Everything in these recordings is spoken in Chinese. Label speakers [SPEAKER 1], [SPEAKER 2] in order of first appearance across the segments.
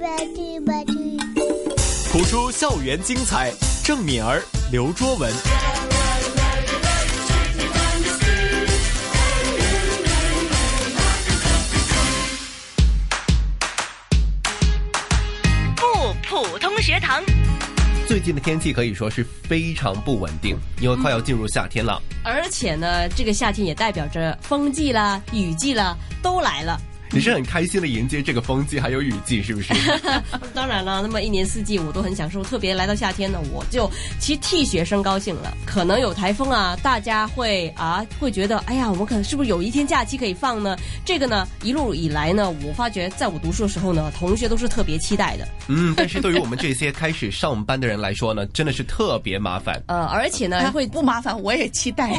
[SPEAKER 1] 吧去吧去。
[SPEAKER 2] 谱出校园精彩，郑敏儿、刘卓文。
[SPEAKER 3] 不普通学堂，
[SPEAKER 4] 最近的天气可以说是非常不稳定，因为快要进入夏天了。
[SPEAKER 5] 而且呢，这个夏天也代表着风季啦、雨季啦都来了。
[SPEAKER 4] 你是很开心的迎接这个风季还有雨季，是不是？
[SPEAKER 5] 当然了，那么一年四季我都很享受，特别来到夏天呢，我就其实替学生高兴了。可能有台风啊，大家会啊会觉得，哎呀，我们可能是不是有一天假期可以放呢？这个呢，一路以来呢，我发觉在我读书的时候呢，同学都是特别期待的。
[SPEAKER 4] 嗯，但是对于我们这些开始上班的人来说呢，真的是特别麻烦。
[SPEAKER 5] 呃，而且呢，还
[SPEAKER 6] 哎
[SPEAKER 5] 会
[SPEAKER 6] 不麻烦，我也期待。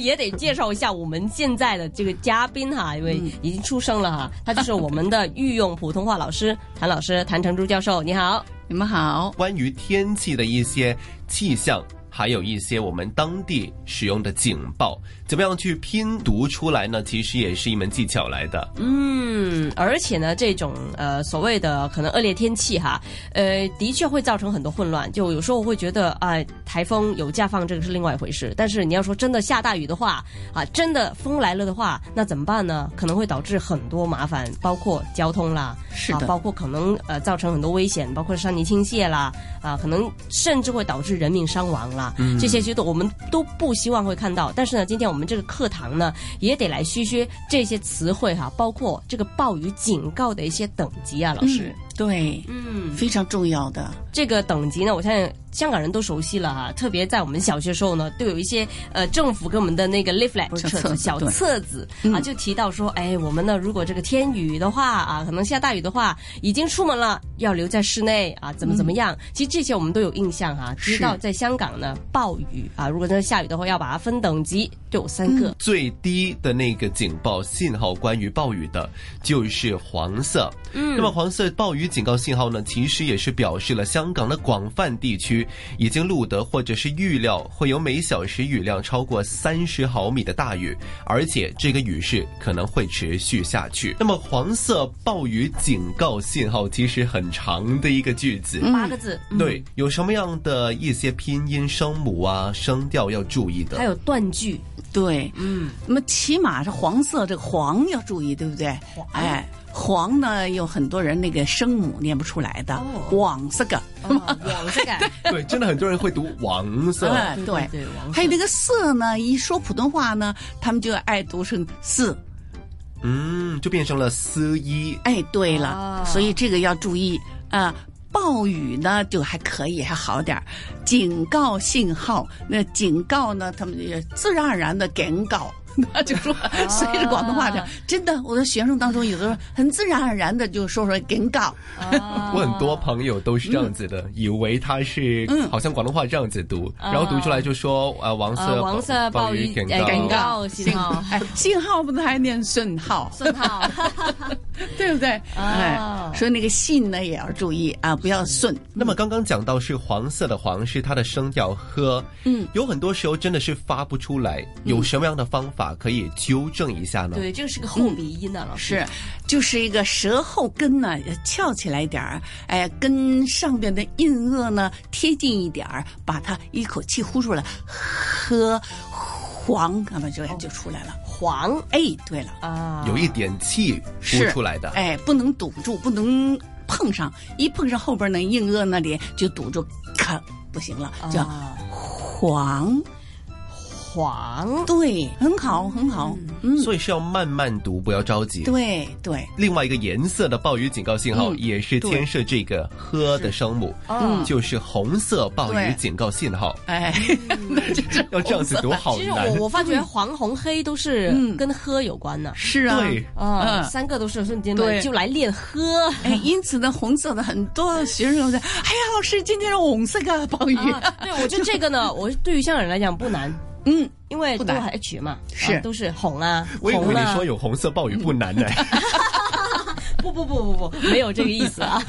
[SPEAKER 5] 也得介绍一下我们现在的这个嘉宾哈，因为已经出生了哈，他就是我们的御用普通话老师谭老师谭成珠教授，你好。
[SPEAKER 6] 你们好，
[SPEAKER 4] 关于天气的一些气象，还有一些我们当地使用的警报，怎么样去拼读出来呢？其实也是一门技巧来的。
[SPEAKER 5] 嗯，而且呢，这种呃所谓的可能恶劣天气哈，呃，的确会造成很多混乱。就有时候我会觉得啊、台风有假放这个是另外一回事，但是你要说真的下大雨的话啊，真的风来了的话，那怎么办呢？可能会导致很多麻烦，包括交通啦，
[SPEAKER 6] 是
[SPEAKER 5] 啊
[SPEAKER 6] 的，
[SPEAKER 5] 包括可能呃造成很多危险，包括山泥倾泻啦，啊、可能甚至会导致人命伤亡啦。
[SPEAKER 6] 嗯
[SPEAKER 5] 这些其实我们都不希望会看到。但是呢，今天我们这个课堂呢，也得来学学这些词汇哈、包括这个暴雨警告的一些等级啊，老师
[SPEAKER 6] 嗯。，对，
[SPEAKER 5] 嗯，
[SPEAKER 6] 非常重要的。
[SPEAKER 5] 这个等级呢，我相信香港人都熟悉了哈、特别在我们小学时候呢，都有一些呃政府给我们的那个 leaflet 册
[SPEAKER 6] 小册
[SPEAKER 5] 子
[SPEAKER 6] 子
[SPEAKER 5] 小
[SPEAKER 6] 对
[SPEAKER 5] 册子
[SPEAKER 6] 嗯
[SPEAKER 5] 啊，就提到说，哎，我们呢如果这个天雨的话啊，可能下大雨的话，已经出门了要留在室内啊，怎么怎么样？其实这些我们都有印象哈、知道
[SPEAKER 6] 是
[SPEAKER 5] 在香港呢，暴雨啊，如果真的下雨的话，要把它分等级，就有三个。
[SPEAKER 4] 最低的那个警报信号，关于暴雨的，就是黄色。嗯，那么黄色暴雨警告信号呢，其实也是表示了香港的广泛地区已经录得或者是预料会有每小时雨量超过三十毫米的大雨，而且这个雨势可能会持续下去。那么黄色暴雨警告信号其实很长的一个句子，
[SPEAKER 5] 八个字，嗯
[SPEAKER 4] 对，有什么样的一些拼音声母啊、声调要注意的？
[SPEAKER 5] 还有断句，
[SPEAKER 6] 对，
[SPEAKER 5] 嗯，
[SPEAKER 6] 那么起码是黄色，这个黄要注意，对不对？哎，黄呢，有很多人那个声母念不出来的
[SPEAKER 5] 哦，
[SPEAKER 6] 黄色个，
[SPEAKER 5] 哦黄色感，
[SPEAKER 4] 对，真的很多人会读黄色。
[SPEAKER 6] 哎，
[SPEAKER 5] 哦对
[SPEAKER 6] 对
[SPEAKER 5] 对黄色
[SPEAKER 6] 还有那个色呢，一说普通话呢，他们就爱读成四。
[SPEAKER 4] 嗯，就变成了丝衣。
[SPEAKER 6] 哎，对了，
[SPEAKER 5] 啊
[SPEAKER 6] 所以这个要注意啊、暴雨呢就还可以，还好点儿。警告信号，那警告呢，他们也自然而然的警告。 那就说，
[SPEAKER 5] 哦
[SPEAKER 6] 随着广东话讲，真的，我的学生当中有的人很自然而然的就说说警告，啊
[SPEAKER 4] 我很多朋友都是这样子的，以为他是
[SPEAKER 6] 嗯
[SPEAKER 4] 好像广东话这样子读，
[SPEAKER 6] 啊
[SPEAKER 4] 然后读出来就说呃黄色、
[SPEAKER 5] 呃，黄色暴雨
[SPEAKER 4] 警
[SPEAKER 5] 呃警
[SPEAKER 4] 告。
[SPEAKER 5] 告信号。
[SPEAKER 6] 哎，信号不能还念顺号，
[SPEAKER 5] 顺号，
[SPEAKER 6] 对不对？
[SPEAKER 5] 哦
[SPEAKER 6] 哎，所以那个信呢也要注意啊，不要顺。
[SPEAKER 4] 那么刚刚讲到是黄色的黄是它的声调呵，嗯，有很多时候真的是发不出来，有什么样的方法可以纠正一
[SPEAKER 6] 嗯
[SPEAKER 4] 下呢？
[SPEAKER 5] 对，这个是个后鼻音啊呢，老师。
[SPEAKER 6] 是，就是一个舌后根呢呃翘起来一点儿，哎，跟上边的硬腭呢贴近一点儿，把它一口气呼出来，喝黄，那么就就出来了。
[SPEAKER 5] 黄
[SPEAKER 6] 哎，对了，
[SPEAKER 5] 啊，
[SPEAKER 4] 有一点气呼
[SPEAKER 6] 是
[SPEAKER 4] 出来的，
[SPEAKER 6] 哎，不能堵住，不能碰上，一碰上后边那硬腭那里就堵住，咔，不行了，叫
[SPEAKER 5] 啊
[SPEAKER 6] 黄。
[SPEAKER 5] 黄
[SPEAKER 6] 对，很好，很好，嗯，
[SPEAKER 4] 所以是要慢慢读，不要着急。
[SPEAKER 6] 对对，
[SPEAKER 4] 另外一个颜色的暴雨警告信号
[SPEAKER 6] 嗯
[SPEAKER 4] 也是牵涉这个“呵”的声母，
[SPEAKER 5] 嗯
[SPEAKER 4] 就是红色暴雨警告信号。
[SPEAKER 6] 哎，
[SPEAKER 4] 要这样子读好
[SPEAKER 5] 其实
[SPEAKER 4] 难
[SPEAKER 5] 我。我发觉黄、红、黑都是
[SPEAKER 6] 嗯
[SPEAKER 5] 跟喝有关呢。
[SPEAKER 6] 是啊，
[SPEAKER 4] 对，
[SPEAKER 5] 啊，
[SPEAKER 6] 嗯
[SPEAKER 5] 三个都是瞬间
[SPEAKER 6] 对
[SPEAKER 5] 的，就来练喝。
[SPEAKER 6] 哎，因此呢，红色的很多学生在，哎呀，老师今天是红色的暴雨，
[SPEAKER 5] 啊， 对，我觉得这个呢，我对于香港人来讲不难，
[SPEAKER 6] 嗯，
[SPEAKER 5] 因为
[SPEAKER 6] 不
[SPEAKER 5] 都
[SPEAKER 6] 难
[SPEAKER 5] 还 H 嘛，啊
[SPEAKER 6] 是
[SPEAKER 5] 都是红啊，
[SPEAKER 4] 我以为
[SPEAKER 5] 红
[SPEAKER 4] 你
[SPEAKER 5] 啊
[SPEAKER 4] 说，有红色暴雨不难呢。
[SPEAKER 5] 不不不不不，没有这个意思啊。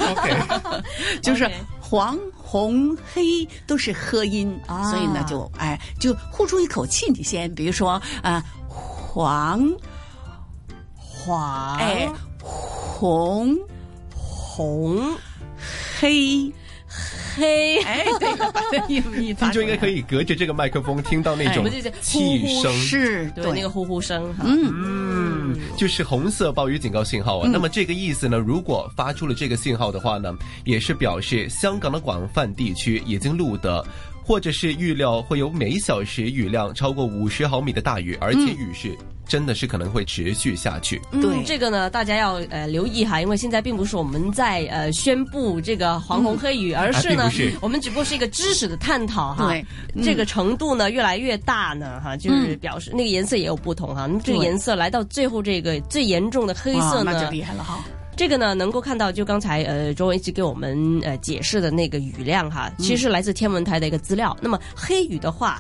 [SPEAKER 6] 就是
[SPEAKER 5] ，OK
[SPEAKER 6] 黄、红、黑都是喝音，
[SPEAKER 5] 啊
[SPEAKER 6] 所以呢，就哎，就呼出一口气，你先，比如说啊、黄，
[SPEAKER 5] 黄
[SPEAKER 6] 哎，红，
[SPEAKER 5] 红、
[SPEAKER 6] 黑，
[SPEAKER 5] 黑，
[SPEAKER 6] 哎， 对，把这音 译
[SPEAKER 4] 听众应该可以隔着这个麦克风听到那种
[SPEAKER 5] 嗯哎不是这
[SPEAKER 4] 气声。
[SPEAKER 6] 是
[SPEAKER 5] 对，那个呼呼声哈。
[SPEAKER 6] 嗯，
[SPEAKER 4] 嗯，就是红色暴雨警告信号啊。那么这个意思呢，如果发出了这个信号的话呢，也是表示香港的广泛地区已经录得。或者是预料会有每小时雨量超过五十毫米的大雨，而且雨是真的是可能会持续下去。
[SPEAKER 6] 对
[SPEAKER 5] 嗯这个呢，大家要呃留意哈，因为现在并不是我们在呃宣布这个黄红黑雨，而
[SPEAKER 4] 啊
[SPEAKER 5] 是
[SPEAKER 4] 并
[SPEAKER 5] 呢
[SPEAKER 4] 不是，
[SPEAKER 5] 我们只不过是一个知识的探讨哈。
[SPEAKER 6] 对嗯
[SPEAKER 5] 这个程度呢越来越大呢哈，就是
[SPEAKER 6] 嗯
[SPEAKER 5] 表示那个颜色也有不同哈。那么这个
[SPEAKER 6] 对
[SPEAKER 5] 颜色来到最后这个最严重的黑
[SPEAKER 6] 哇
[SPEAKER 5] 色
[SPEAKER 6] 那就
[SPEAKER 5] 呢，
[SPEAKER 6] 厉害了哈，
[SPEAKER 5] 这个呢能够看到，就刚才呃周文一直给我们呃解释的那个雨量哈，
[SPEAKER 6] 嗯
[SPEAKER 5] 其实是来自天文台的一个资料。那么黑雨的话。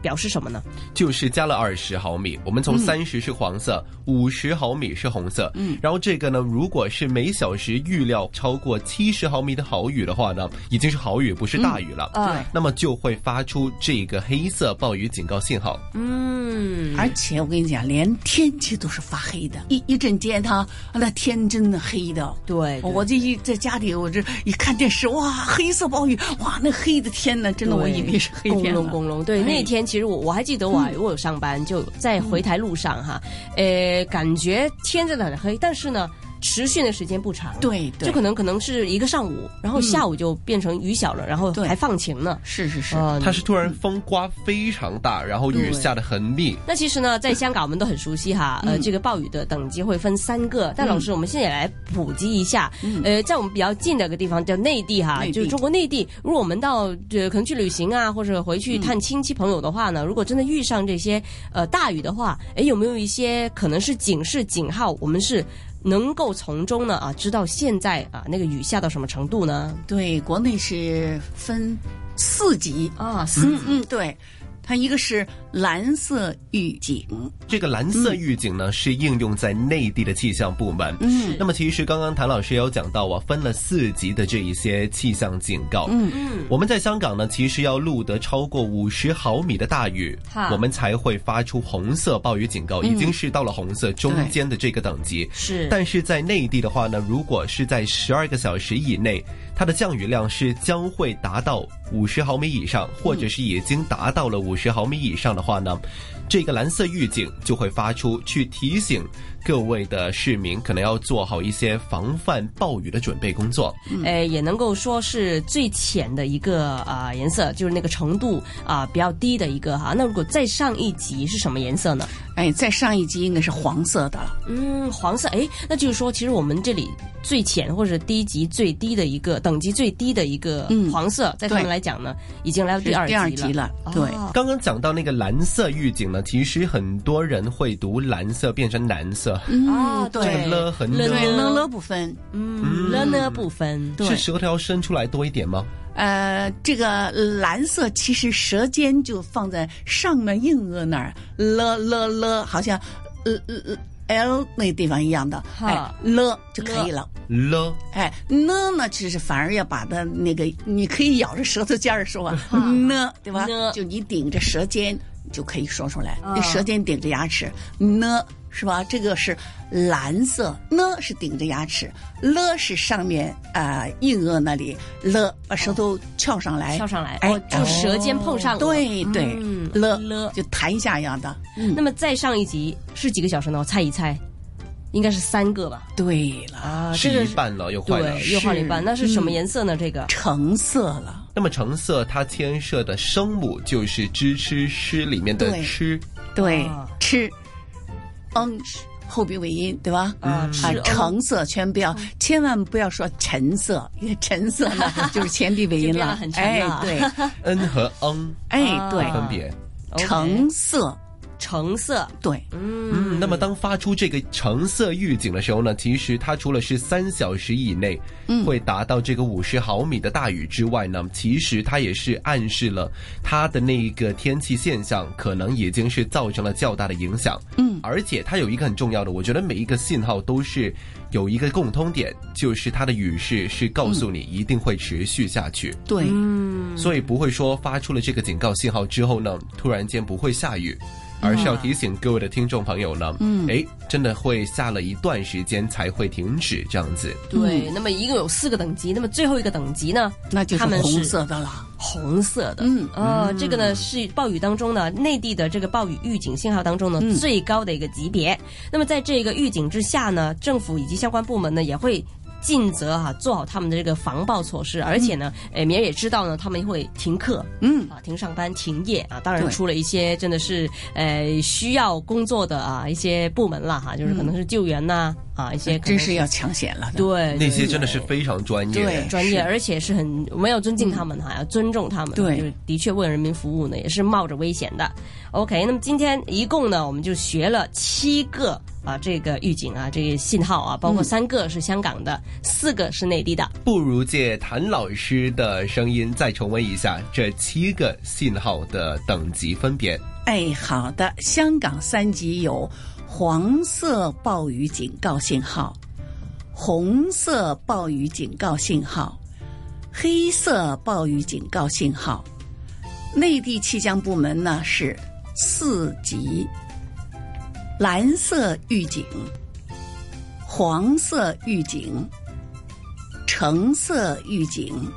[SPEAKER 5] 表示什么呢？
[SPEAKER 4] 就是加了二十毫米。我们从三十是黄色，五十、毫米是红色。嗯，然后这个呢，如果是每小时预料超过七十毫米的好雨的话呢，已经是好雨，不是大雨了。
[SPEAKER 5] 嗯
[SPEAKER 6] 对
[SPEAKER 4] 那么就会发出这个黑色暴雨警告信号。
[SPEAKER 5] 嗯，
[SPEAKER 6] 而且我跟你讲，连天气都是发黑的，一一阵间它那天真的黑的。
[SPEAKER 5] 对，哎对
[SPEAKER 6] 我这一在家里，我这一看电视，哇，黑色暴雨，哇，那黑的天呢，真的我
[SPEAKER 5] 对
[SPEAKER 6] 以为是黑
[SPEAKER 5] 轰
[SPEAKER 6] 天
[SPEAKER 5] 隆
[SPEAKER 6] 了。
[SPEAKER 5] 轰隆，对，
[SPEAKER 6] 哎嗯
[SPEAKER 5] 那天其实我我还记得我啊我有上班，就在回台路上哈，呃，感觉天真的很黑，但是呢，持续的时间不长，，
[SPEAKER 6] 对对，
[SPEAKER 5] 就可能可能是一个上午，然后下午就变成雨小了，然后
[SPEAKER 6] 对
[SPEAKER 5] 还放晴了，
[SPEAKER 6] 是是是，
[SPEAKER 5] 嗯
[SPEAKER 4] 它是突然风刮非常大，然后雨下得很密。
[SPEAKER 5] 那其实呢，在香港我们都很熟悉哈，呃，这个暴雨的等级会分三个。但老师，我们现在也来普及一下，呃，在我们比较近的一个地方叫内地哈，
[SPEAKER 6] 内地
[SPEAKER 5] 就是中国内地。如果我们到呃可能去旅行啊，或者回去探亲戚朋友的话呢，如果真的遇上这些呃大雨的话，哎，有没有一些可能是警示警号，我们是能够从中呢啊知道现在啊那个雨下到什么程度呢？
[SPEAKER 6] 对，国内是分四级，
[SPEAKER 5] 啊，
[SPEAKER 6] 嗯嗯，对，它一个是蓝色预警，
[SPEAKER 4] 这个蓝色预警呢，是应用在内地的气象部门。
[SPEAKER 6] 嗯
[SPEAKER 4] 那么其实刚刚谭老师也有讲到啊，分了四级的这一些气象警告。
[SPEAKER 6] 嗯
[SPEAKER 5] 嗯
[SPEAKER 4] 我们在香港呢，其实要录得超过五十毫米的大雨
[SPEAKER 5] 哈，
[SPEAKER 4] 我们才会发出红色暴雨警
[SPEAKER 6] 嗯
[SPEAKER 4] 告，已经是到了红色中间的这个等级。
[SPEAKER 5] 是，
[SPEAKER 4] 但是在内地的话呢，如果是在十二个小时以内，它的降雨量是将会达到五十毫米以
[SPEAKER 5] 嗯
[SPEAKER 4] 上，或者是已经达到了五十毫米以上的话呢，这个蓝色预警就会发出，去提醒各位的市民可能要做好一些防范暴雨的准备工作。
[SPEAKER 5] 呃，也能够说是最浅的一个啊、呃颜色，就是那个程度啊、比较低的一个哈。那如果再上一级是什么颜色呢？
[SPEAKER 6] 哎，再上一级应该是黄色的了，
[SPEAKER 5] 嗯，黄色。哎，那就是说，其实我们这里最浅或者低级最低的一个等级最低的一个
[SPEAKER 6] 嗯
[SPEAKER 5] 黄色，在他们
[SPEAKER 6] 对
[SPEAKER 5] 来讲呢，已经来到第
[SPEAKER 6] 是
[SPEAKER 5] 二
[SPEAKER 6] 第二级
[SPEAKER 5] 级了。
[SPEAKER 6] 了，对。
[SPEAKER 5] 哦
[SPEAKER 4] 刚刚讲到那个蓝色预警呢，其实很多人会读蓝色变成蓝色，
[SPEAKER 5] 啊，
[SPEAKER 6] 嗯对
[SPEAKER 5] 对，
[SPEAKER 4] 嗯了很
[SPEAKER 5] 了嗯
[SPEAKER 4] 了
[SPEAKER 6] 对，
[SPEAKER 5] 呢
[SPEAKER 6] 了了不分，
[SPEAKER 5] 嗯，了呢不分，
[SPEAKER 6] 对
[SPEAKER 4] 是舌头要伸出来多一点吗？
[SPEAKER 6] 呃，这个蓝色其实舌尖就放在上面硬腭那儿，了了了，好像呃呃呃 l 那个地方一样的，
[SPEAKER 5] 哈
[SPEAKER 6] 哎，了就可以了。
[SPEAKER 4] 了，
[SPEAKER 6] 哎，呢呢，其实反而要把它那个，你可以咬着舌头尖儿说啊呢，对吧
[SPEAKER 5] 嗯呢？
[SPEAKER 6] 就你顶着舌尖就可以说出来，
[SPEAKER 5] 啊
[SPEAKER 6] 舌尖顶着牙齿呢，是吧？这个是蓝色，呢是顶着牙齿，了是上面啊硬腭那里了，把舌头翘上来，
[SPEAKER 5] 跳上来，
[SPEAKER 6] 哎
[SPEAKER 5] 哦，就舌尖碰上。。
[SPEAKER 6] 对对
[SPEAKER 5] 嗯，
[SPEAKER 6] 了
[SPEAKER 5] 了嗯
[SPEAKER 6] 就弹一下一样的，
[SPEAKER 5] 那么再上一级是几个小时呢？我猜一猜，应该是三个吧。
[SPEAKER 6] 对了，
[SPEAKER 5] 啊，
[SPEAKER 4] 是
[SPEAKER 5] 这个
[SPEAKER 4] 一半了，又坏了。
[SPEAKER 5] 对，又换了一半，那是
[SPEAKER 6] 嗯
[SPEAKER 5] 什么颜色呢？这个
[SPEAKER 6] 橙色了，
[SPEAKER 4] 那么橙色它牵涉的声母就是支、吃、诗里面的
[SPEAKER 6] 对
[SPEAKER 4] 吃，
[SPEAKER 6] 对
[SPEAKER 5] 啊，
[SPEAKER 6] 吃，嗯，后鼻尾音，对吧？
[SPEAKER 5] 啊，吃嗯
[SPEAKER 6] 啊，
[SPEAKER 5] 鹅
[SPEAKER 6] 橙色全不要，千万不要说橙色， 因为橙色呢就是前鼻尾音
[SPEAKER 5] 就变
[SPEAKER 6] 了
[SPEAKER 5] 得很。沉
[SPEAKER 6] 哎
[SPEAKER 5] 了，
[SPEAKER 6] 对，
[SPEAKER 4] 嗯和嗯
[SPEAKER 6] 哎对，
[SPEAKER 5] 啊
[SPEAKER 4] 分别。
[SPEAKER 5] OK，
[SPEAKER 6] 橙色，
[SPEAKER 5] 橙色，
[SPEAKER 6] 对，
[SPEAKER 5] 嗯，
[SPEAKER 4] 那么当发出这个橙色预警的时候呢，其实它除了是三小时以内会达到这个五十毫米的大雨之外呢，其实它也是暗示了它的那个天气现象可能已经是造成了较大的影响。嗯，而且它有一个很重要的，我觉得每一个信号都是有一个共通点，就是它的雨势是告诉你一定会持续下去，
[SPEAKER 6] 对，
[SPEAKER 5] 嗯，
[SPEAKER 4] 所以不会说发出了这个警告信号之后呢，突然间不会下雨。而是要提醒各位的听众朋友呢，嗯，哎，真的会下了一段时间才会停止这样子。
[SPEAKER 5] 对，那么一共有四个等级，那么最后一个等级呢？
[SPEAKER 6] 那就是
[SPEAKER 5] 他们
[SPEAKER 6] 红色的了。
[SPEAKER 5] 红色的，
[SPEAKER 6] 嗯
[SPEAKER 5] 呃，这个呢是暴雨当中呢，内地的这个暴雨预警信号当中呢、
[SPEAKER 6] 嗯
[SPEAKER 5] 最高的一个级别。那么在这个预警之下呢，政府以及相关部门呢也会。尽责哈、做好他们的这个防暴措施，而且呢，诶、明儿也知道呢，他们会停课，
[SPEAKER 6] 嗯
[SPEAKER 5] 啊，停上班、停业啊。当然，
[SPEAKER 6] 对
[SPEAKER 5] 除了一些真的是呃需要工作的啊一些部门啦哈、就是可能是救援呐啊一些可能
[SPEAKER 6] 真是要抢险了。
[SPEAKER 5] 对
[SPEAKER 4] 那些
[SPEAKER 5] 对
[SPEAKER 4] 真的是非常专业
[SPEAKER 6] 对
[SPEAKER 4] 的，
[SPEAKER 5] 专业，而且是很我们要尊敬他们哈，要尊重他们，
[SPEAKER 6] 对
[SPEAKER 5] 就是的确为人民服务呢，也是冒着危险的。OK，那么今天一共呢，我们就学了七个啊，这个预警啊，这个信号啊，包括三个是香港的，四个是内地的。
[SPEAKER 4] 不如借谭老师的声音再重温一下这七个信号的等级分别。
[SPEAKER 6] 哎，好的，香港三级有黄色暴雨警告信号、红色暴雨警告信号、黑色暴雨警告信号。内地气象部门呢是四级，蓝色预警、黄色预警、橙色预警、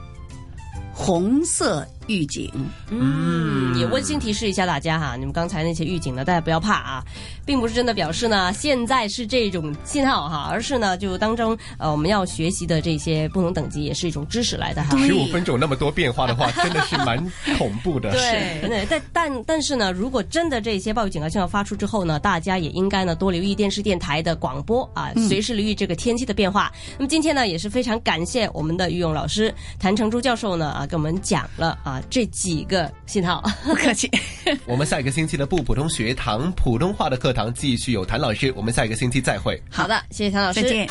[SPEAKER 6] 红色预警。
[SPEAKER 5] 嗯，也温馨提示一下大家哈，你们刚才那些预警呢，大家不要怕啊，并不是真的表示呢现在是这种信号哈，而是呢就当中呃我们要学习的这些不同等级也是一种知识来的哈。
[SPEAKER 6] 对
[SPEAKER 4] 十五分钟那么多变化 的话，真的是蛮恐怖的。
[SPEAKER 5] 对，对，但但但是呢，如果真的这些暴雨警告啊信号发出之后呢，大家也应该呢多留意电视电台的广播啊，随时留意这个天气的变化。那么今天呢，也是非常感谢我们的于勇老师谭成珠教授呢啊，给我们讲了啊这几个信号。
[SPEAKER 6] 不客气。
[SPEAKER 4] 我们下一个星期的不普通学堂普通话的课堂继续有谭老师，我们下一个星期再会。
[SPEAKER 5] 好的，谢谢谭老师，
[SPEAKER 6] 再见。